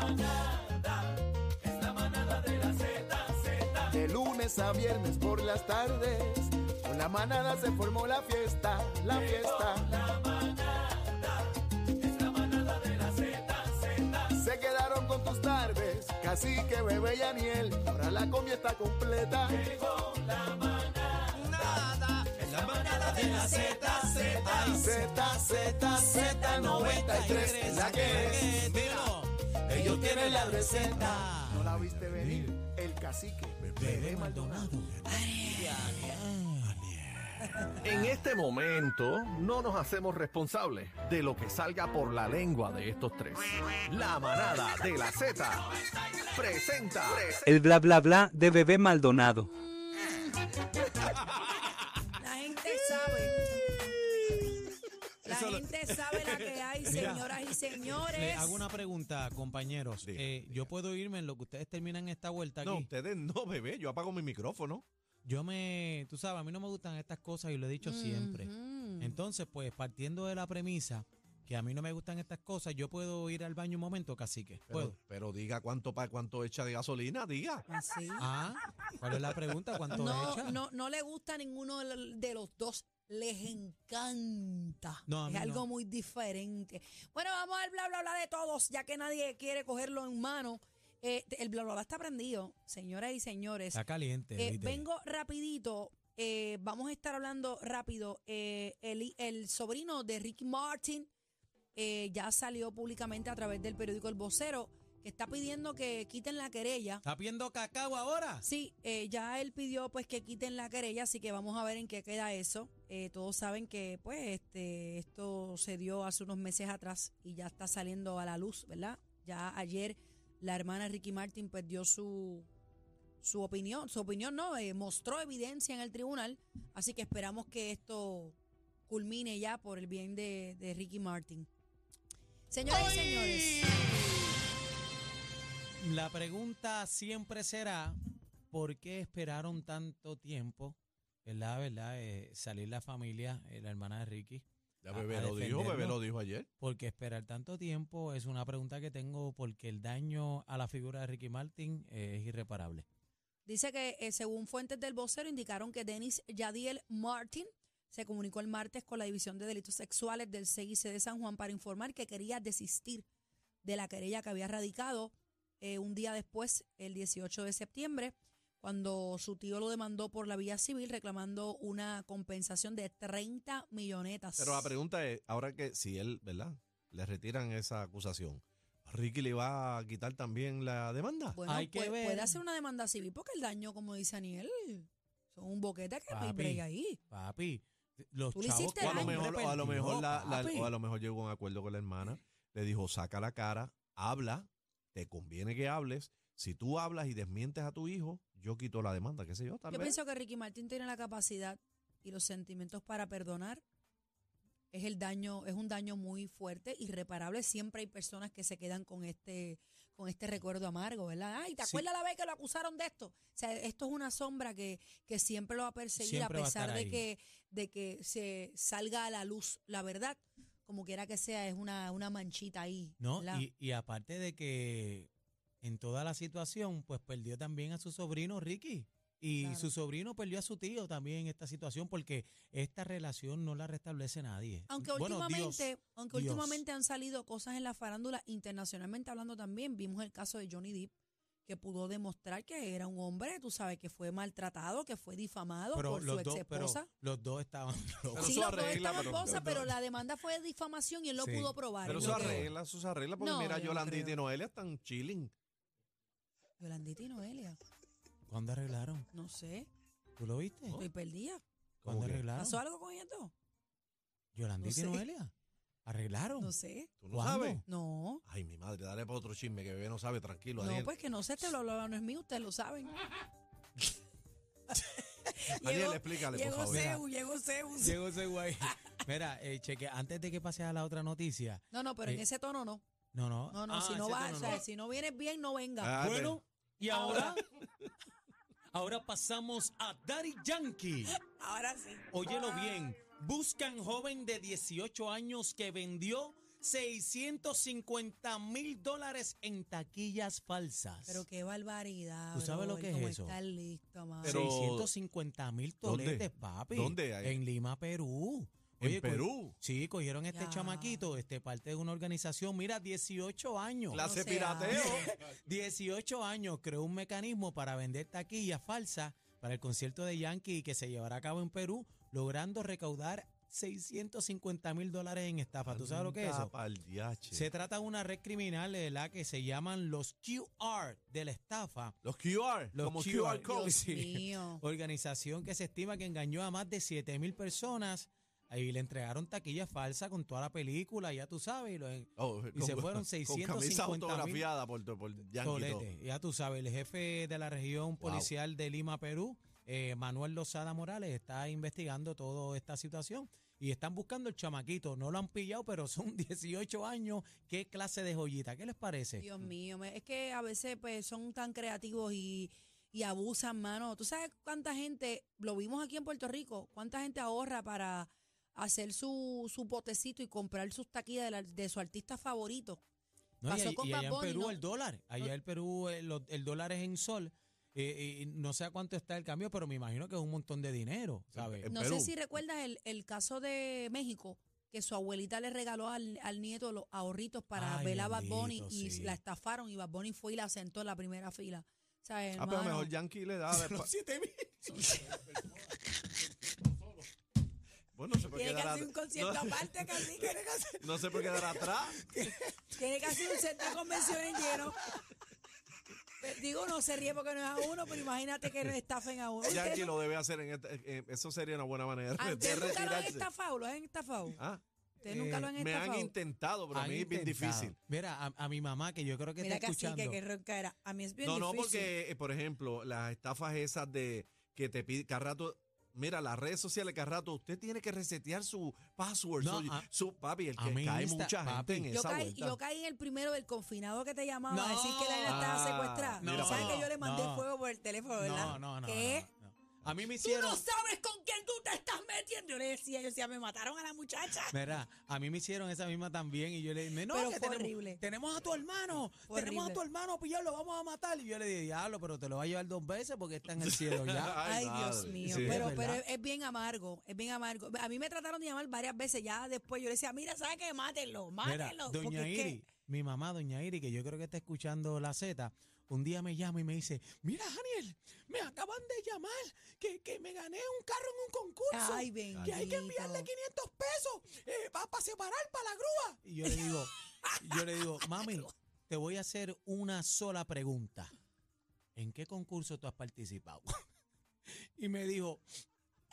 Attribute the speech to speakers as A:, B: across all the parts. A: manada, es la manada de la Z, Z.
B: De lunes a viernes por las tardes, con la manada se formó la fiesta, la
A: Llegó
B: fiesta.
A: La manada, es la manada de la Z, Z.
B: Se quedaron con tus tardes, cacique, bebé y Aniel. Ahora la comida está completa.
A: Llegó la manada,
C: Nada.
A: es la manada de la Z, Z.
B: Z, Z, Z, 93, es la que es.
C: Mira,
B: Ellos tienen la receta. No la viste venir, el cacique, bebé Maldonado.
D: En este momento no nos hacemos responsables de lo que salga por la lengua de estos tres. La manada de la Z presenta.
E: El bla bla bla de bebé Maldonado.
F: La gente sabe. La
C: Pues. Eso lo-
F: gente sabe la que hay,
C: Mira,
F: señoras y
C: Le
F: señores.
C: hago una pregunta, compañeros.
G: Diga,
C: Eh, yo puedo irme en lo que ustedes terminan esta vuelta aquí.
G: No, ustedes no, bebé. Yo apago mi micrófono.
C: Yo me, tú sabes, a mí no me gustan estas cosas y lo he dicho siempre. Entonces, pues partiendo de la premisa que a mí no me gustan estas cosas, yo puedo ir al baño un momento, cacique.
G: Pero,
C: Puedo.
G: pero diga cuánto pa, cuánto echa de gasolina, diga.
F: Así.
C: Ah, ¿cuál es la pregunta? ¿Cuánto echa?
F: No, no, no le gusta a ninguno del- de los dos. Les encanta.
C: No, a
F: es
C: mí
F: algo
C: no.
F: muy diferente. Bueno, vamos al bla, bla, bla de todos, ya que nadie quiere cogerlo en mano. Eh, el bla, bla, bla está prendido, señoras y señores.
C: Está caliente.
F: Eh,
C: ¿viste?
F: vengo rapidito. eh, vamos a estar hablando rápido. eh, el, hi- el sobrino de Ricky Martin eh, ya salió públicamente a través del periódico El Vocero que está pidiendo que quiten la querella.
C: ¿Está pidiendo cacao ahora?
F: Sí, eh, ya él pidió pues que quiten la querella, así que vamos a ver en qué queda eso. Eh, todos saben que pues este esto se dio hace unos meses atrás y ya está saliendo a la luz, ¿verdad? Ya ayer la hermana Ricky Martin perdió su su opinión, su opinión no, eh, mostró evidencia en el tribunal, así que esperamos que esto culmine ya por el bien de, de Ricky Martin. Señoras y señores,
C: La pregunta siempre será, ¿por qué esperaron tanto tiempo? ¿Verdad, verdad? eh, salir la familia, eh, la hermana de Ricky.
G: Ya
C: A-
G: bebé
C: a
G: lo dijo, bebé
C: defendernos.
G: lo dijo ayer.
C: ¿Por qué esperar tanto tiempo? Es una pregunta que tengo porque el daño a la figura de Ricky Martin eh, es irreparable.
F: Dice que eh, según fuentes del vocero indicaron que Denis Yadiel Martin se comunicó el martes con la División de Delitos Sexuales del CIC de San Juan para informar que quería desistir de la querella que había radicado eh, un día después, el 18 de septiembre, cuando su tío lo demandó por la vía civil reclamando una compensación de 30 millonetas.
G: Pero la pregunta es, ahora que si él, ¿verdad? Le retiran esa acusación, ¿a ¿Ricky le va a quitar también la demanda?
F: bueno, pues,
C: Hay que
F: puede,
C: ver.
F: puede hacer una demanda civil porque el daño, como dice Aniel, son un boquete que
C: Papi,
F: hay ahí.
C: Papi, los
F: Tú le
C: chavos
F: hiciste
C: que
G: o a lo
C: el hombre
G: mejor, o a lo
C: perdió,
G: mejor, la- la-
C: papi.
G: o a lo mejor llegó a un acuerdo con la hermana. Le dijo, saca la cara, habla, te conviene que hables. Si tú hablas y desmientes a tu hijo, yo quito la demanda, qué sé yo, tal
F: Yo
G: vez.
F: pienso que Ricky Martin tiene la capacidad y los sentimientos para perdonar. Es el daño, es un daño muy fuerte, irreparable. Siempre hay personas que se quedan con este, con este recuerdo amargo, ¿verdad? Ay, ¿te
C: Sí.
F: acuerdas la vez que lo acusaron de esto? O sea, esto es una sombra que, que siempre lo va a perseguir,
C: Siempre
F: a
C: va a
F: pesar
C: estar
F: de
C: ahí.
F: que, de que se salga a la luz la verdad, como quiera que sea, es una, una manchita ahí.
C: No,
F: ¿verdad?
C: y, y aparte de que en toda la situación, pues perdió también a su sobrino Ricky. Y
F: Claro.
C: su sobrino perdió a su tío también en esta situación porque esta relación no la restablece nadie.
F: Aunque
C: Bueno, Dios.
F: últimamente, aunque
C: Dios.
F: últimamente han salido cosas en la farándula internacionalmente hablando también, vimos el caso de Johnny Depp que pudo demostrar que era un hombre, tú sabes, que fue maltratado, que fue difamado
C: pero
F: por su
C: los
F: ex
C: dos, pero
F: esposa.
C: los dos estaban locos.
G: Pero
F: sí,
G: eso
F: los dos
G: arregla,
F: estaban
G: pero-
F: esposa,
G: pero-
F: pero la demanda fue de difamación y él lo
C: Sí.
F: pudo probar.
G: Pero
F: Yo
G: eso
F: creo-
G: arregla, eso se arregla, porque
F: No,
G: mira,
F: yo no
G: Yolandita y
F: creo.
G: Noelia están chilling.
F: Yolandita y Noelia,
C: ¿Cuándo arreglaron?
F: no sé,
C: ¿Tú lo viste?
F: estoy perdida.
G: ¿Cómo
C: ¿Cuándo
G: que?
C: arreglaron?
F: Oh, ¿Pasó algo con ellos dos?
C: Yolandita
F: No
C: y
F: sé.
C: Noelia. ¿Arreglaron?
F: No sé.
G: ¿Tú no
C: ¿Cuándo?
G: sabes?
F: No,
G: Ay, mi madre, dale para otro chisme que bebé no sabe, tranquilo,
F: no,
G: Daniel.
F: pues que no sé, este lo hablaba, no es mío, ustedes lo saben.
G: Daniel,
F: Llegó-
G: explícale, por
F: Llegó
G: favor.
C: Mira.
F: Zeus, llegó Zeus.
C: Llegó ese guay. Mira, eh, cheque, antes de que pases a la otra noticia.
F: No, no, pero en
C: Eh,
F: ese tono no.
C: No, no.
F: No, no,
C: Ah,
F: si no
C: ese
F: va,
C: tono
F: o sea, si no vienes bien, no venga.
G: Ah,
C: Bueno, y ahora, ahora pasamos a Daddy Yankee.
F: Ahora sí. Ah.
C: Óyelo bien. Buscan joven de 18 años que vendió 650 mil dólares en taquillas falsas.
F: Pero qué barbaridad.
C: ¿Tú sabes lo
F: brother,
C: que es
F: cómo
C: eso?
F: Estar listo, mano.
G: Pero-
C: 650 mil
G: ¿Dónde?
C: toletes, papi.
G: ¿Dónde hay-
C: En Lima, Perú.
G: En
C: Oye, pues, co-
G: Perú.
C: Sí, cogieron a este
F: Ya.
C: chamaquito, este parte de una organización, mira, 18 años.
G: Clase
F: sea.
G: pirateo.
C: 18 años creó un mecanismo para vender taquillas falsas para el concierto de Yankee que se llevará a cabo en Perú, logrando recaudar 650 mil dólares en estafa. ¿Tú sabes lo que es eso?
G: Tapa el diache.
C: Se trata de una red criminal, ¿verdad? Que se llaman los QR de la estafa.
G: Los QR,
C: Los
G: como
C: QR
G: QR, code.
F: Dios
C: sí.
F: mío.
C: Organización que se estima que engañó a más de 7 mil personas. Ahí le entregaron taquillas falsas con toda la película, ya tú sabes. y lo en-
G: Oh,
C: Y se fueron
G: Con camisa
C: 650.000
G: autografiada por, por Yankee. todo.
C: Tolete, ya tú sabes, el jefe de la región policial de Lima, Perú, eh, Manuel Lozada Morales, está investigando toda esta situación y están buscando el chamaquito. No lo han pillado, pero son 18 años. ¿Qué clase de joyita? ¿Qué les parece?
F: Dios mío, me- es que a veces pues, son tan creativos y, y abusan, mano. ¿Tú sabes cuánta gente, lo vimos aquí en Puerto Rico, cuánta gente ahorra para hacer su, su potecito y comprar sus taquillas de, la- de su artista favorito?
C: No, y
F: Pasó
C: ahí-
F: con
C: y allá
F: Bad
C: en
F: Bunny,
C: Perú
F: ¿no?
C: el dólar, allá
F: No.
C: el Perú eh, lo- el, dólar es en sol. eh, y no sé a cuánto está el cambio, pero me imagino que es un montón de dinero, ¿sabes?
G: En
F: No
G: Perú.
F: sé si recuerdas el, el caso de México, que su abuelita le regaló al, al nieto los ahorritos para
C: Ay,
F: ver a Bad
C: bendito,
F: Bunny y
C: sí.
F: la estafaron y Bad Bunny fue y la sentó en la primera fila. O sea,
G: Ah, pero
F: hermano,
G: mejor Yankee le da. la espa-
C: Los siete mil.
G: bueno, no se puede
F: tiene que
G: quedar
F: hacer un
G: atrás.
F: concierto aparte, casi tiene que hacer-
G: No, no se puede quedar atrás.
F: Tiene casi un centro de convenciones lleno. Pero Digo, no se ríe porque no es a uno, pero imagínate que le estafen a uno.
G: Yankee lo debe hacer. En esta- eh, eso sería una buena manera
F: Ah,
G: de
F: ¿Ustedes nunca lo han
G: retirarse.
F: estafado? ¿Los han estafado?
G: Ah,
F: ¿Ustedes nunca lo han
G: me han
F: estafado?
G: intentado, pero a
C: Han
G: mí es bien
C: intentado.
G: difícil.
C: Mira, a, a mi mamá, que yo creo que
F: Mira que
C: está
F: así, que,
C: escuchando.
F: que ronca era. A mí es bien
G: no, no,
F: difícil.
G: porque, eh, por ejemplo, las estafas esas de que te piden cada rato. Mira, las redes sociales cada rato, usted tiene que resetear su password,
C: No,
G: su,
C: a-
G: su- papi, el
C: a mí
G: que cae
C: Insta-
G: mucha
C: papi.
G: gente en
F: yo
G: esa
F: caí,
G: vuelta.
F: yo caí en el primero del confinado que te llamaba a
C: No.
F: decir que la nena estaba
G: Ah,
F: secuestrada.
G: mira
F: ¿Sabes
G: para
F: que yo le mandé
C: No.
F: fuego por el teléfono, verdad?
C: no, no, no,
F: ¿Qué?
C: no, no. A mí me
F: ¡Tú
C: hicieron.
F: no sabes con quién tú te estás metiendo! Yo le decía, yo decía, me mataron a la muchacha.
C: Mira, a mí me hicieron esa misma también y yo le dije, no,
F: Pero
C: que
F: fue
C: tenemos,
F: horrible.
C: tenemos a tu hermano,
F: Fue
C: tenemos a
F: horrible.
C: tu hermano, pillarlo, vamos a matar. Y yo le dije, diablo, pero te lo va a llevar dos veces porque está en el cielo ya.
F: Ay, Dios
G: madre.
F: mío.
C: Sí.
F: Pero,
C: Es
F: pero
C: verdad.
F: es, es bien amargo, es bien amargo. A mí me trataron de llamar varias veces ya después. Yo le decía, mira, ¿sabes qué? Mátenlo,
C: Mira,
F: mátenlo. porque
C: doña
F: es que-
C: Iri, mi mamá, doña Iri, que yo creo que está escuchando la Z, un día me llama y me dice, mira, Daniel, me acaban de llamar que, que me gané un carro en un concurso.
F: Ay,
C: que hay que enviarle
F: bendito.
C: 500 pesos eh, para separar para la grúa. Y yo le digo, yo le digo, mami, te voy a hacer una sola pregunta. ¿En qué concurso tú has participado? y me dijo,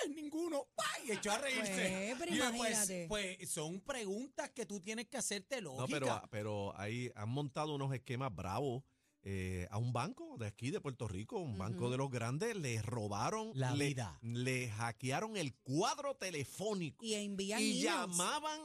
C: en ninguno. ¡Pah! Y echó a reírse.
F: Pues, pero
C: Y yo, pues,
F: imagínate.
C: pues, son preguntas que tú tienes que hacerte
G: No,
C: lógica.
G: pero, Ah, pero ahí han montado unos esquemas bravos eh, a un banco de aquí, de Puerto Rico, un banco de los grandes, les robaron
C: La
G: le,
C: vida.
G: Le hackearon el cuadro telefónico
F: Y envían
G: y
F: emails.
G: llamaban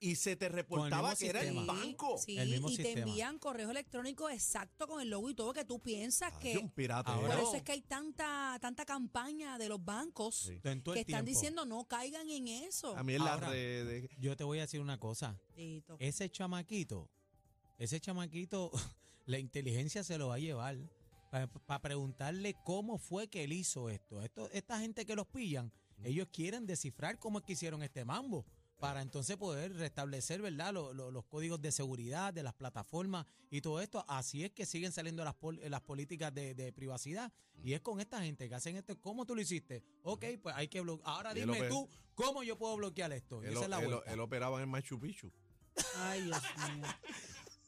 G: y se te reportaba que
C: mismo
G: era el
C: sistema.
G: banco.
F: Sí,
C: El mismo
F: y te
C: sistema.
F: envían correo electrónico exacto con el logo y todo que tú piensas
G: Ay,
F: que...
G: Ah, un pirata.
C: Ahora-
F: Por
C: Pero-
F: eso es que hay tanta, tanta campaña de los bancos
G: Sí.
C: En todo
F: que
C: el
F: están
C: tiempo.
F: diciendo no caigan en eso.
G: A mí Eh. en las
C: Ahora-
G: redes.
C: Yo te voy a decir una cosa.
F: Bendito.
C: Ese chamaquito, ese chamaquito, la inteligencia se lo va a llevar para preguntarle cómo fue que él hizo esto. esto. Esta gente que los pillan, ellos quieren descifrar cómo es que hicieron este mambo para entonces poder restablecer, ¿verdad?, lo- lo- los códigos de seguridad de las plataformas y todo esto. Así es que siguen saliendo las, pol- las políticas de, de privacidad. Y es con esta gente que hacen esto. ¿Cómo tú lo hiciste? Ok, pues hay que bloquear. Ahora
G: Y él
C: dime
G: ope-
C: tú, ¿cómo yo puedo bloquear esto? Y
G: Él,
C: esa es la
G: él-
C: vuelta.
G: él operaba en Machu Picchu.
F: Ay, Dios mío.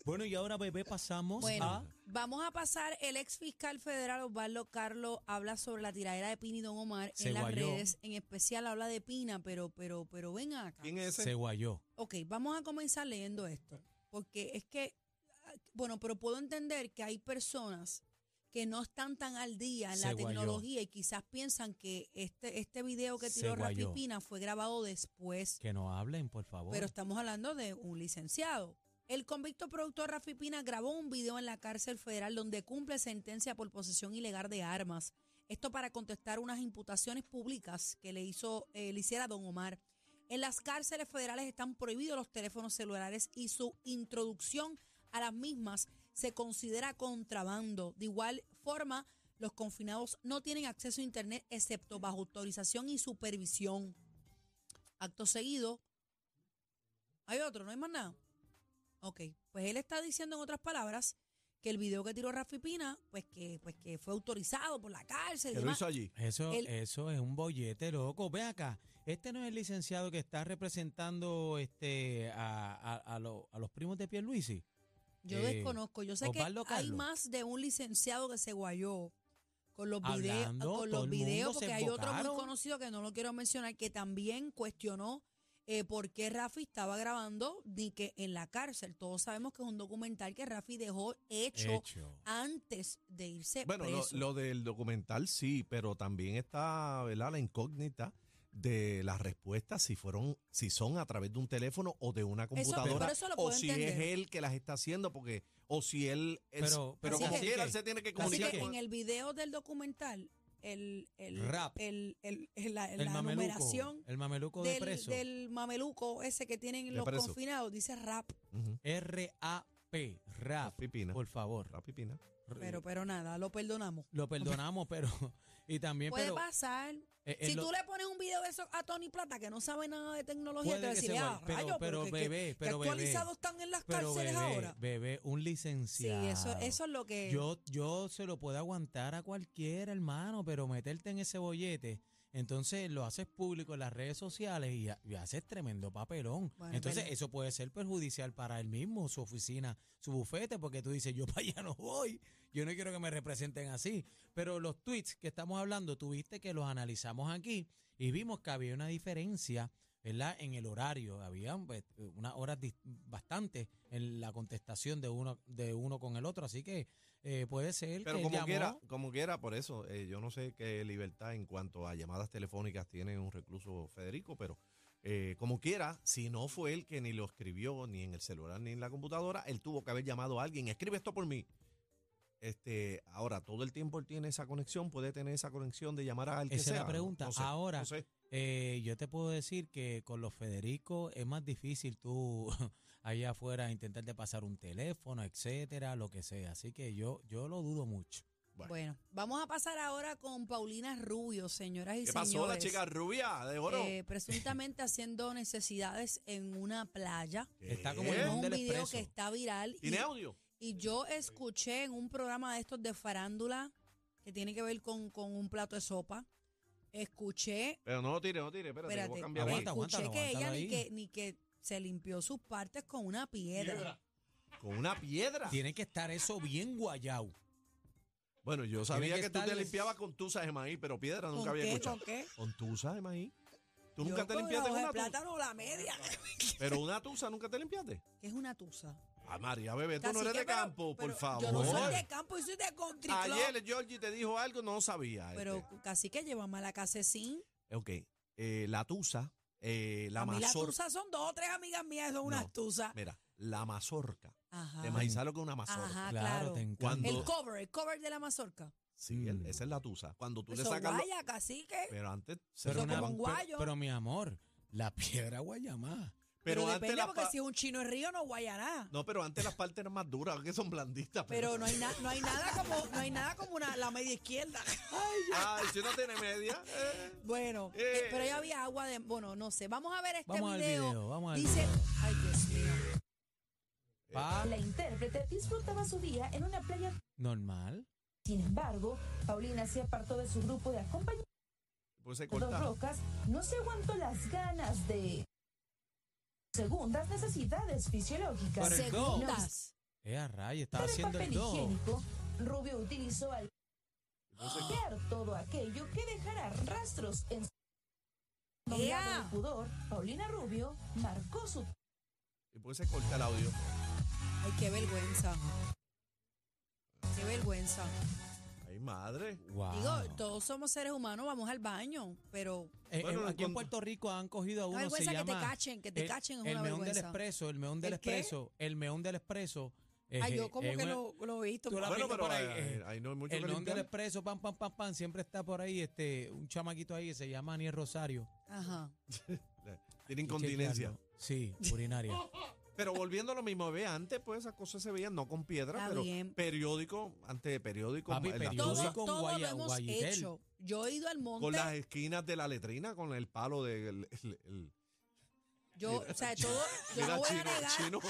C: Bueno, y ahora, bebé, pasamos
F: Bueno,
C: a...
F: vamos a pasar. El ex fiscal federal Osvaldo Carlos habla sobre la tiradera de Pina y Don Omar
C: Se
F: en las
C: guayó.
F: redes. En especial habla de Pina, pero, pero, pero ven acá.
G: ¿Quién es
C: Se
G: ese?
C: guayó.
F: Ok, vamos a comenzar leyendo esto. Porque es que, ah, bueno, pero puedo entender que hay personas que no están tan al día en
C: Se
F: la
C: guayó.
F: tecnología y quizás piensan que este, este video que
C: Se
F: tiró Rafi
C: guayó.
F: Pina fue grabado después.
C: Que no hablen, por favor.
F: Pero estamos hablando de un licenciado. El convicto productor Rafi Pina grabó un video en la cárcel federal donde cumple sentencia por posesión ilegal de armas. Esto para contestar unas imputaciones públicas que le hizo, eh, le hiciera Don Omar. En las cárceles federales están prohibidos los teléfonos celulares y su introducción a las mismas se considera contrabando. De igual forma, los confinados no tienen acceso a Internet excepto bajo autorización y supervisión. Acto seguido. Hay otro, no hay más nada. Ok, pues él está diciendo en otras palabras que el video que tiró Rafi Pina, pues que, pues que fue autorizado por la cárcel. y
G: ¿Qué lo
F: demás.
G: hizo allí?
C: Eso,
F: El-
C: eso es un bollete, loco. Ve acá. Este no es el licenciado que está representando este a, a, a lo- a los primos de Pierluisi.
F: Yo
C: Eh,
F: desconozco, yo sé que
C: Osvaldo
F: hay
C: Carlos.
F: más de un licenciado que se guayó con los videos,
C: Hablando,
F: con
C: todo
F: los
C: el mundo
F: videos,
C: se
F: porque hay otro muy
C: embocaron.
F: conocido que no lo quiero mencionar, que también cuestionó eh, por qué Rafi estaba grabando ni que en la cárcel. Todos sabemos que es un documental que Rafi dejó hecho, antes de irse
G: Bueno, lo,
F: preso.
G: lo del documental sí, pero también está ¿verdad? la incógnita de las respuestas si fueron si son a través de un teléfono o de una computadora
F: pero eso lo
G: o
F: puedo
G: si
F: entender.
G: es él que las está haciendo porque o si él, él-
C: Pero-
G: pero
F: Así
G: como
F: que-
G: quiera él se tiene que
F: Así
G: comunicar
F: que
G: con-
F: en el video del documental, el, el,
C: Rap.
F: el, el- el- la,
C: El
F: la
C: mameluco.
F: numeración
C: El mameluco de
F: del,
C: preso.
F: del mameluco ese que tienen
G: De
F: los
G: preso.
F: confinados dice rap.
G: Ujú.
C: R.A.P.
G: La
C: Rap.
G: pipina,
C: Por favor.
G: la pipina.
C: Eh,
F: Pero, pero nada, lo perdonamos.
C: Lo perdonamos, pero. Y también,
F: Puede
C: pero.
F: pasar.
C: eh, eh,
F: Si
C: lo-
F: tú le pones un video de eso a Tony Plata que no sabe nada de tecnología,
C: puede
F: te va a
C: que se
F: decir, ah,
C: guarde, pero,
F: rayo,
C: pero
F: que- que-
C: bebé,
F: que
C: pero bebé.
F: actualizados están en las
C: Pero
F: cárceles
C: bebé,
F: ahora.
C: bebé, un
F: Sí,
C: licenciado.
F: eso, eso es lo que...
C: Yo, yo se lo puedo aguantar a cualquiera, hermano, pero meterte en ese bollete, entonces lo haces público en las redes sociales y, ha- y haces tremendo papelón.
F: Bueno,
C: entonces
F: pero-
C: eso puede ser perjudicial para él mismo, su oficina, su bufete, porque tú dices, yo para allá no voy, yo no quiero que me representen así. Pero los tweets que estamos hablando, tuviste que los analizamos aquí y vimos que había una diferencia. ¿Verdad? En el horario, había pues, unas horas dis- bastante en la contestación de uno, de uno con el otro, así que eh, puede ser
G: Pero
C: que
G: como
C: él
G: quiera,
C: llamó.
G: como quiera, por eso, eh, yo no sé qué libertad en cuanto a llamadas telefónicas tiene un recluso Federico, pero eh, como quiera, si no fue él que ni lo escribió ni en el celular ni en la computadora, él tuvo que haber llamado a alguien, escribe esto por mí. Este, ahora todo el tiempo él tiene esa conexión, puede tener esa conexión de llamar a alguien.
C: Esa es la pregunta. Ahora,
G: no sé.
C: Eh, yo te puedo decir que con los Federico es más difícil tú allá afuera intentar de pasar un teléfono, etcétera, lo que sea. Así que yo, yo lo dudo mucho.
G: Bueno.
F: Bueno, vamos a pasar ahora con Paulina Rubio, señoras y
G: ¿Qué
F: señores.
G: pasó la chica rubia de oro?
F: Eh, presuntamente haciendo necesidades en una playa.
C: Está como
G: ¿Qué?
C: el
F: Es
C: don
F: un
C: del
F: video
C: expreso.
F: que está viral. Y,
G: ¿Tiene audio?
F: y yo escuché en un programa de estos de farándula que tiene que ver con, con un plato de sopa. Escuché,
G: Pero no lo tire, no lo tire,
F: espérate,
G: espérate, voy a
F: escuché
G: cambiar ahí.
C: Aguanta, aguanta,
F: que
C: aguántalo
F: ella ni
C: ahí.
F: que, ni que se limpió sus partes con una piedra.
G: Con una piedra.
C: Tiene que estar eso bien guayao.
G: Bueno, yo sabía
C: que
G: que, tú te
C: estarle-
G: limpiabas con tusa de maíz, pero piedra nunca
F: ¿Con
G: había
F: qué?
G: escuchado.
F: ¿Con qué?
G: Con tusa de maíz. ¿Tú
F: Yo
G: nunca te
F: con
G: limpiaste
F: la
G: con
F: hoja de
G: una tusa?
F: plátano la media.
G: Pero una tusa nunca te limpiaste.
F: que es una tusa.
G: Ah, María, bebé, tú
F: Así
G: no eres
F: que,
G: de
F: pero-
G: campo,
F: pero
G: por favor.
F: Yo no soy de campo, yo soy de country club.
G: Ayer Georgie te dijo algo, no sabía. este.
F: Pero casi que llevamos a la casecín.
G: Ok, eh, la tusa, eh, la
F: a mí las
G: mazorca.
F: tuzas son dos o tres amigas mías, son unas
G: No.
F: tuzas.
G: Mira, la mazorca.
F: Ajá.
G: De maíz, ¿sabes lo que es una mazorca?
F: Ajá,
C: claro,
F: Ah, claro.
C: te encanta.
G: Cuando-
F: El cover, el cover de la mazorca.
G: Sí, el-
C: Mm.
G: esa es la tusa. Cuando tú
F: Eso
G: le sacas... lo-
F: guaya, cacique.
G: Pero antes... se
C: Pero,
F: Eso
G: lo
F: como
C: una-
G: daban-
F: un guayo.
C: pero, pero, mi amor, la piedra
F: Este
C: guayamá.
F: Pero,
G: antes
F: depende,
G: las
F: porque
G: pa-
F: si es un chino en río no guaya nada.
G: No, pero antes las partes eran más duras, que son blanditas.
F: Pero no hay, na- no hay nada como, no hay nada como una, la media izquierda.
G: Ay, si no tiene media. eh.
F: Bueno,
G: Eh.
F: eh, pero ya había agua de, bueno, no sé. Vamos a ver este
C: Vamos al
F: video.
C: video, vamos al
F: Dice, ay Dios mío.
C: Pa-
H: La intérprete disfrutaba su día en una playa.
C: normal.
H: Sin embargo, Paulina se apartó de su grupo de acompañados
G: Pues se corta.
H: rocas. No se aguantó las ganas de segundas necesidades fisiológicas.
C: Pero el go.
H: Según la
F: Juntas.
C: Eh, a rayo, estaba
H: lista
C: haciendo
H: de
C: el
H: papel
C: do.
H: higiénico, Rubio utilizó al limpiar todo aquello que dejara rastros en su
F: ¡Ea!
H: Dominada del pudor. Paulina Rubio marcó su
G: Y pues se corta el audio.
F: Ay, qué vergüenza. Qué vergüenza.
G: Ay, madre.
C: Wow.
F: Digo, todos somos seres humanos, vamos al baño, pero
C: Eh, eh,
G: Bueno,
C: aquí en
G: cuando-
C: Puerto Rico han cogido a
F: una
C: uno, se
F: vergüenza que te
C: llama-
F: cachen, que te
C: el,
F: cachen es
C: el
F: una
C: meón del
F: vergüenza.
C: expreso, el meón del
F: ¿El qué?
C: expreso, el meón del expreso. eh,
F: Ay, Ah, yo
C: eh,
F: como
C: es
F: que
C: una-
F: lo, lo he visto.
C: Tú la-
F: papá.
G: Bueno,
C: viste
G: pero
C: por ahí,
G: ahí,
C: eh,
G: ahí no hay mucho
C: El
G: que
C: meón del
G: limpiar.
C: expreso, pam, pam, pam, pam, siempre está por ahí, este, un chamaquito ahí que se llama Aniel Rosario.
F: Ajá.
G: Tiene
C: y
G: incontinencia.
C: chequearlo. Sí, urinaria.
G: Pero volviendo a lo mismo, ve antes, pues esas cosas se veían no con piedra,
F: Está
G: pero
F: bien.
G: periódico, antes de periódico,
C: Papi,
G: en las
C: periódico.
G: cosas,
F: Todo,
C: con
F: todo lo
C: guaya-
F: hemos
C: guayitel.
F: hecho. Yo he ido al monte.
G: con las esquinas de la letrina, con el palo de... el- el- el-
F: yo, o sea, todo. Yo
G: Mira,
F: no voy a
G: chino,
F: negar.
G: chino,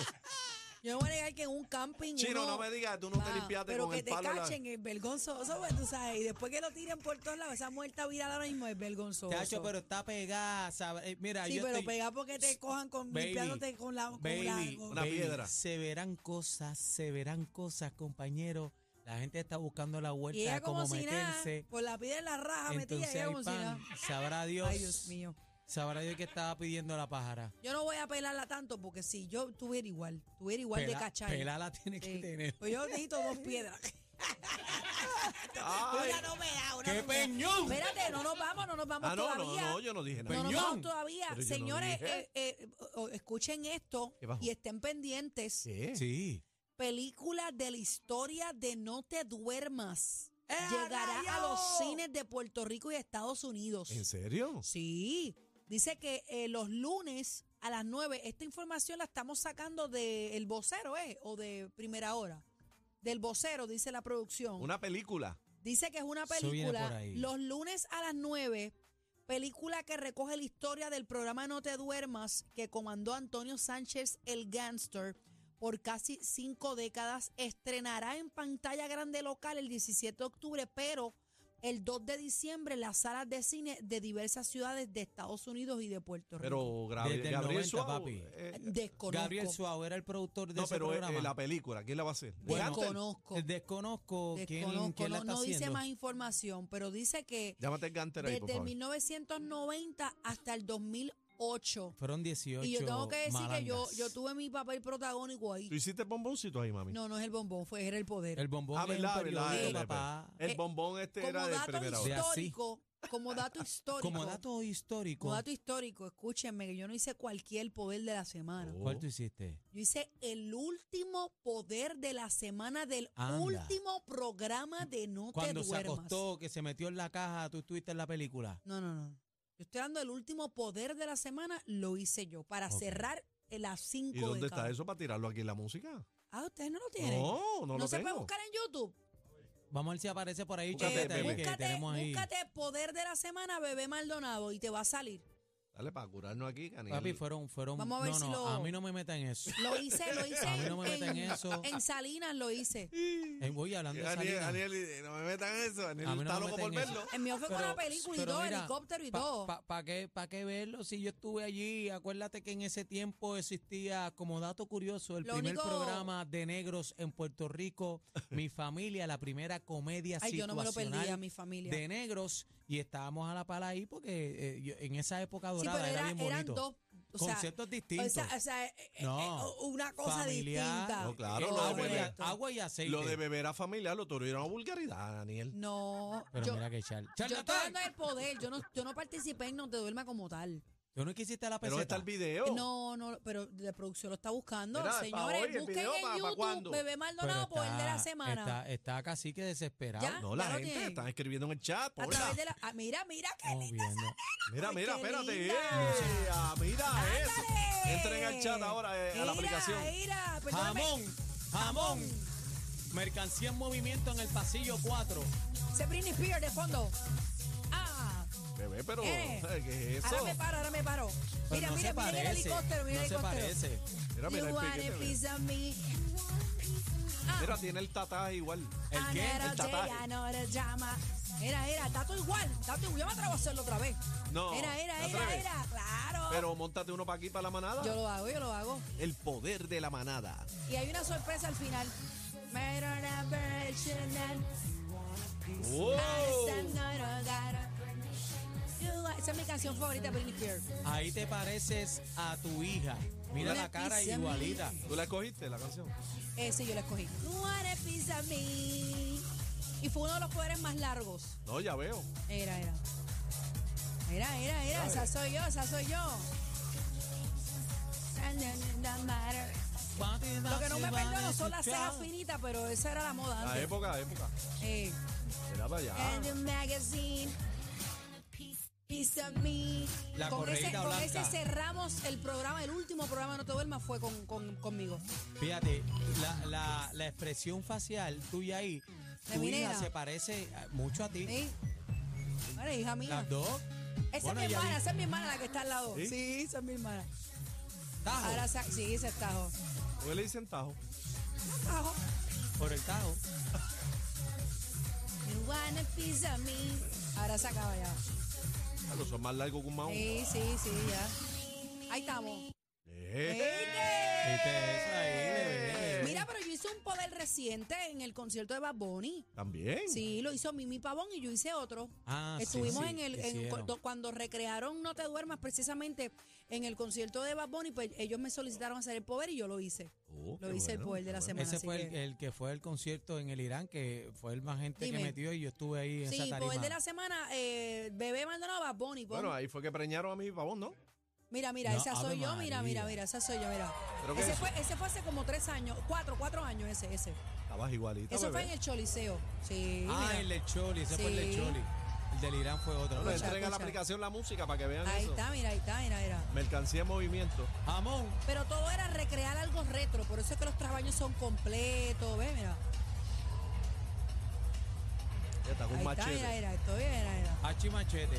F: Yo no voy a negar que en un camping.
G: Chino,
F: uno-
G: no me digas, tú no te
F: Ah,
G: limpiaste
F: pero
G: con
F: que
G: el
F: te
G: palo. de la-
F: cachen es vergonzoso, pues, tú sabes. Y después que lo tiren por todos lados, esa muerta viral ahora mismo es vergonzoso.
C: Tacho, pero está pegada. sabe- eh, Mira,
F: sí,
C: yo
F: pero
C: estoy-
F: pega porque te cojan con
C: Baby,
F: limpiándote con la con
C: Baby,
F: la- con-
G: Una
C: baby,
G: piedra.
C: Se verán cosas, se verán cosas, compañero. La gente está buscando la
F: Y
C: vuelta
F: ella
C: a cómo
F: como si nada,
C: meterse.
F: por la piedra en la raja metida,
C: Entonces
F: ella
C: hay
F: como si nada.
C: pan. Sabrá Dios.
F: Ay, Dios mío.
C: Sabrá Dios que estaba pidiendo la pájara.
F: Yo no voy a pelarla tanto porque si yo tuviera igual, tuviera igual de
C: Pela,
F: cachai.
C: pelala tiene que
F: Sí.
C: tener.
F: Pues yo necesito dos piedras.
G: Ay.
F: una no me da, una
C: ¡Qué
F: no me da.
C: peñón!
F: Espérate, no nos vamos, no nos vamos
G: Ah, no, no,
F: todavía.
G: no, yo no dije nada.
F: No nos
C: Peñón.
F: vamos todavía.
G: Pero yo no
F: Señores,
G: dije.
F: eh, eh, o- escuchen esto
G: ¿Qué pasó?
F: y estén pendientes.
G: ¿Qué?
C: Sí.
F: Película de la historia de No te duermas.
C: ¡Eh,
F: Llegará a los cines de Puerto Rico y Estados Unidos.
G: ¿En serio?
F: Sí, dice que eh, los lunes a las 9, esta información la estamos sacando del vocero, ¿eh? O de primera hora. Del vocero, dice la producción.
G: Una película.
F: Dice que es una
C: Eso viene por
F: película.
C: ahí.
F: Los lunes a las 9, película que recoge la historia del programa No Te Duermas, que comandó Antonio Sánchez el Gangster por casi cinco décadas. Estrenará en pantalla grande local el 17 de octubre, pero el 2 de diciembre en las salas de cine de diversas ciudades de Estados Unidos y de Puerto Rico.
G: Pero Gra-
C: Desde el
G: Gabriel
C: 90,
G: Suárez,
C: papi.
G: eh,
F: desconozco.
C: Gabriel Suárez era el productor de
G: no,
C: ese
G: pero eh,
C: programa.
G: la película, ¿quién la va a hacer?
C: Bueno,
G: Gánster.
F: desconozco.
C: Desconozco, quién-
F: Desconozco,
C: quién, la
F: no,
C: está
F: no dice
C: haciendo.
F: más información, pero dice que
G: Llámate el Ganter ahí, por
F: desde el
G: favor.
F: 1990 hasta el 2008.
C: Fueron 18
F: Y yo tengo que decir que yo,
C: malangas.
F: yo tuve mi papel protagónico ahí.
G: ¿Tú hiciste bomboncito ahí, mami?
F: No, no es el bombón, fue era el poder.
C: El bombón
G: Ah,
C: es un
G: verdad, verdad,
C: periódico,
F: verdad,
C: papá.
G: El
F: Eh,
G: bombón este
F: como
G: era de
F: dato
G: primera hora.
C: Sí, así.
F: histórico, como dato histórico.
C: Como dato histórico,
F: eh, como dato histórico, escúchenme que yo no hice cualquier poder de la semana.
G: Oh.
C: ¿cuál tú hiciste?
F: Yo hice el último poder de la semana del
C: Anda.
F: último programa de No
C: Cuando
F: te
C: se
F: duermas.
C: acostó, que se metió en la caja, tú estuviste en la película.
F: No, no, no. Yo estoy dando el último poder de la semana, lo hice yo para
G: Ok.
F: cerrar eh, las cinco
G: ¿Y dónde
F: de
G: está
F: cada-
G: eso para tirarlo aquí en la música?
F: Ah, ustedes no lo tienen.
C: Oh,
G: No, no
F: no
G: lo
F: se puede
G: tengo.
F: buscar en YouTube.
C: Vamos a ver si aparece por ahí,
G: Búscate,
C: Chapeta,
G: bebé.
C: que
F: búscate,
C: tenemos ahí.
F: búscate Poder de la Semana, Bebé Maldonado, y te va a salir.
G: Dale para curarnos aquí, Caniel.
C: Papi, fueron, fueron.
F: Vamos a ver
C: no,
F: si
C: no,
F: lo-
C: a mí no me metan en eso.
F: Lo hice, lo hice
C: A mí no me
F: en,
C: metan eso.
F: en Salinas, lo hice.
C: Eh, Voy hablando de
G: Daniel,
C: Salinas.
G: Daniel, eh, no me metan eso. Daniel
C: A mí no
G: está
C: me
G: loco
C: meten
G: por
C: eso.
G: verlo.
F: El mío fue con la película y
C: pero
F: todo,
C: mira,
F: helicóptero y
C: pa-
F: todo.
C: pa- pa' qué, pa' qué verlo? Si yo estuve allí, acuérdate que en ese tiempo existía, como dato curioso, el
F: Lo
C: primer
F: único-
C: programa de negros en Puerto Rico, Mi Familia, la primera comedia
F: Ay, yo no me lo
C: situacional
F: perdí a mi familia.
C: de negros, y estábamos a la pala ahí porque eh, yo- en esa época
F: sí,
C: dorada
F: pero
C: era,
F: era-
C: bien
F: eran
C: bonito.
F: dos. O sea,
C: Conceptos distintos.
F: o sea, o sea, eh, eh,
C: No.
F: eh, una cosa
C: Familiar.
F: distinta. Ah,
G: No, claro,
C: Eh,
G: lo de
C: agua, y,
G: beber.
C: agua y aceite.
G: Lo de beber a familia lo tuvieron a vulgaridad, Daniel.
F: No,
C: Pero
F: yo,
C: mira que chal.
F: yo estoy
C: ¡Charlatán!
F: dando el poder, yo no, yo no participé en No Te Duerma como tal.
C: ¿Tú no quisiste la
G: Pero
C: peseta?
G: está el video.
F: pues No, no, pero la producción lo está buscando.
G: Mira, pa'
F: Señores,
G: hoy el
F: busquen
G: video,
F: en
G: pa- pa'
F: YouTube
G: cuándo.
F: Bebé
C: Pero
F: Maldonado Poder de la Semana.
C: Está, está casi que desesperado.
F: Ya,
G: No, la
F: ya lo
G: gente
F: tienen.
G: está escribiendo en el chat.
F: A
G: hola.
F: través de la. ah, mira, mira, qué
C: Estamos
F: linda
C: viendo.
G: Mira,
F: Ay,
G: mira,
F: qué
G: espérate.
F: linda.
G: eh, ah, mira eso.
F: ¡Ándale!
G: Entren al chat ahora eh, a la
F: Mira,
G: aplicación.
F: Mira, perdóname.
C: Jamón, jamón. Mercancía en movimiento en el pasillo 4.
F: Se Britney Spears de fondo. Ah,
G: Bebé, pero
F: eh.
G: ¿qué es
F: Ahora
G: eso?
F: me paro, ahora me paro.
C: Pero
F: Mira,
C: Pues
F: mira,
C: no se
F: mira
C: parece.
F: el helicóptero, mira
C: no
F: el helicóptero.
C: Se parece.
G: Mira, mira
F: you
G: el
F: want a
G: piquete. mira.
F: piece of me?
G: Mira, tiene el tataje igual.
C: ¿El qué?
F: Another
G: El
F: day,
G: tataje.
F: another drama. Mira, mira, está todo igual. Está todo igual. Yo me atrevo a hacerlo otra vez.
G: No,
F: Era, era,
G: ¿te
F: era,
G: atreves?
F: era. Claro.
G: Pero montate uno para aquí, para la manada.
F: yo lo hago, yo lo hago.
G: El poder de la manada.
F: Y hay una sorpresa al final. Made on a virgin and
G: ¡Wow!
F: Alexander O'Gara. You are- Esa es mi canción favorita, Britney Spears.
C: Ahí te pareces a tu hija. Mira
F: Una
C: la cara
F: pizza.
C: igualita.
G: ¿Tú la escogiste, la canción?
F: Ese yo la escogí. You wanna piece of me. Y fue uno de los poderes más largos.
G: No, ya veo.
F: Era, era. Era, era, era. Esa soy yo, esa soy yo. Lo que no me perdono son las cejas finitas, pero esa era la moda
G: La
F: antes.
G: época, la época.
F: Ah, Eh,
G: Era para allá.
F: and the magazine. It's a me.
C: La
F: con, ese,
C: correíta
F: con
C: blanca.
F: ese cerramos el programa, el último programa No Te Duermas fue con, con- conmigo.
C: Fíjate, la, la- la expresión facial tuya ahí,
F: De
C: tu
F: minera.
C: hija se parece eh, mucho a ti.
F: ¿Sí? Bueno, hija mía.
C: Las dos.
F: Esa
C: Bueno,
F: es mi
C: ya
F: hermana,
C: vi-
F: esa es mi hermana la que está al lado.
G: ¿Sí?
F: Sí, esa es mi hermana.
C: Tajo,
F: Ahora sa- sí, se tajo.
G: ¿Por qué le dicen tajo?
F: Tajo.
C: por el tajo.
F: You wanna piece of me. Ahora se acaba ya.
G: Ah, Los son más largos que un maón.
F: Sí, sí, sí, ya. Ahí estamos.
G: Eh,
C: ¿Viste eso ahí, bebé?
F: Mira, pero yo hice un poder reciente en el concierto de Bad Bunny.
G: También.
F: Sí, lo hizo Mimi Pavón y yo hice otro.
C: Ah, sí,
F: Estuvimos
C: sí,
F: en el en-
C: hicieron.
F: cuando, cuando recrearon No te duermas precisamente en el concierto de Bad Bunny, pues ellos me solicitaron hacer el poder y yo lo hice.
G: Oh,
F: Lo
G: qué
F: hice el
G: bueno,
F: poder de
G: qué
F: la
G: bueno.
F: semana.
C: Ese
F: así
C: fue
F: que-
C: el, el que fue el concierto en el Irán, que fue el más gente
F: Dime.
C: que metió y yo estuve ahí en
F: Sí,
C: esa tarima.
F: poder de la semana, eh, Bebé Maldonado Bad Bunny. pon.
G: Bueno, ahí fue que preñaron a mi pavón, ¿no?
F: mira, mira,
C: No,
F: esa
C: Ave
F: soy yo, mira, mira,
C: María.
F: mira, esa soy yo, mira.
G: Creo que
F: Ese
G: eso-
F: fue, ese fue hace como tres años, cuatro, cuatro años ese, ese.
G: Estabas igualita.
F: Eso fue
G: bebé.
F: en el Choliseo. Sí,
C: ah,
F: mira.
C: el del Choli, ese fue el del
F: Sí.
C: Choli. El del Irán fue otro.
G: Bueno,
F: Escucha,
G: entren a la
F: escucha.
G: aplicación la música para que vean
F: ahí
G: eso.
F: está, mira, ahí está, mira, mira.
G: Mercancía en movimiento.
C: Jamón.
F: Pero todo era recrear algo retro, por eso es que los trabaños son completos, ve, mira.
G: Ya está con
F: Ahí
G: un
F: está,
G: machete.
F: mira, mira, esto, mira, mira.
C: Hachi Machete.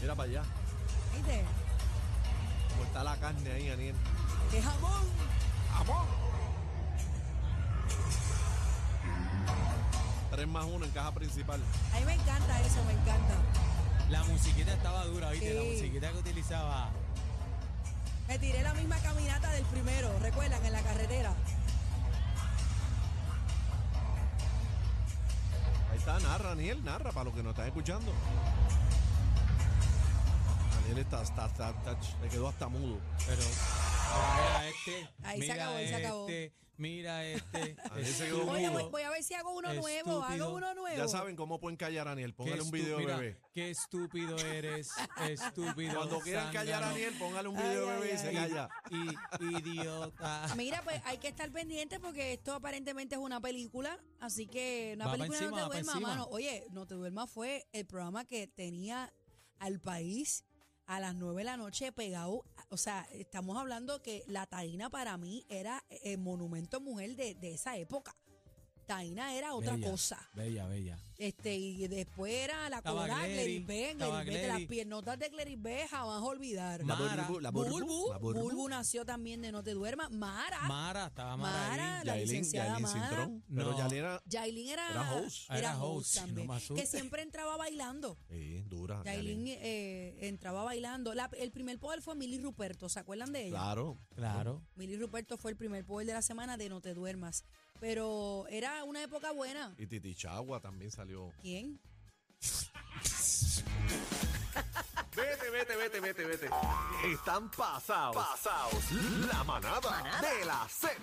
G: Mira para allá.
F: ¿Viste?
G: Como está la carne ahí, Aniel.
F: ¡Qué jamón!
G: Tres más uno en caja principal.
F: A mí me encanta eso, me encanta.
C: La musiquita estaba dura, ¿viste? La
F: Sí.
C: musiquita que utilizaba.
F: Me tiré la misma caminata del primero, recuerdan, en la carretera.
G: Ahí está, narra, Aniel, narra para los que nos están escuchando. Aniel está, está, está, está, le quedó hasta mudo.
C: Pero, mira este.
F: Ahí se
C: mira
F: acabó, ahí se
C: este,
F: acabó. pues.
C: Mira este.
G: Ahí se quedó
F: Oye, voy,
G: mudo.
F: voy a ver si hago uno nuevo,
C: Estúpido.
F: hago uno nuevo.
G: Ya saben cómo pueden callar a Aniel. Póngale un video,
C: mira,
G: bebé.
C: Qué estúpido eres, estúpido.
G: Cuando quieran callar a
C: zángano,
G: Aniel, póngale un video,
F: Ay,
G: bebé,
F: ay,
G: y se
F: ay.
G: calla.
C: Y, idiota.
F: Mira, pues hay que estar pendiente porque esto aparentemente es una película, así que una
C: Va pa'
F: película
C: encima,
F: no te
C: va pa'
F: duerma,
C: encima.
F: mano. Oye, no te duerma fue el programa que tenía al país a las 9 de la noche pegado, o sea, estamos hablando que la Taina para mí era el monumento mujer de, de esa época. Taina era otra
C: Bella,
F: cosa.
C: Bella, bella.
F: Este, y después era la
C: Estaba
F: corona
C: Glery,
F: Gleris B,
C: estaba
F: Gleris B, de las
C: Glery.
F: piernotas de Gleris B jamás olvidar.
C: Ma- Mara,
G: burbu, la burbu,
F: Bulbu,
G: la burbu.
F: Bulbu nació también de No Te Duermas. Mara,
C: Mara, estaba Mara,
F: Mara,
C: ahí.
F: la
G: Yailin-
F: licenciada
G: Yailin
F: Mara.
G: Cintrón. Pero
C: No.
G: Yailin
F: Yailin era,
G: Era host.
C: Ah, era
F: era
C: host, no
F: también,
C: me asustes.
F: que siempre entraba bailando.
G: Sí, dura.
F: Yailin
G: Yailin.
F: eh, entraba bailando. La- el primer poder fue Milly Ruperto, ¿se acuerdan de ella?
G: Claro.
C: Claro.
F: Milly Ruperto fue el primer poder de la semana de No Te Duermas. Pero era una época buena.
G: Y Titi Chagua también salió.
F: ¿Quién?
D: Vete, vete, vete, vete, vete. Están pasados. Pasados. La manada, de la Z.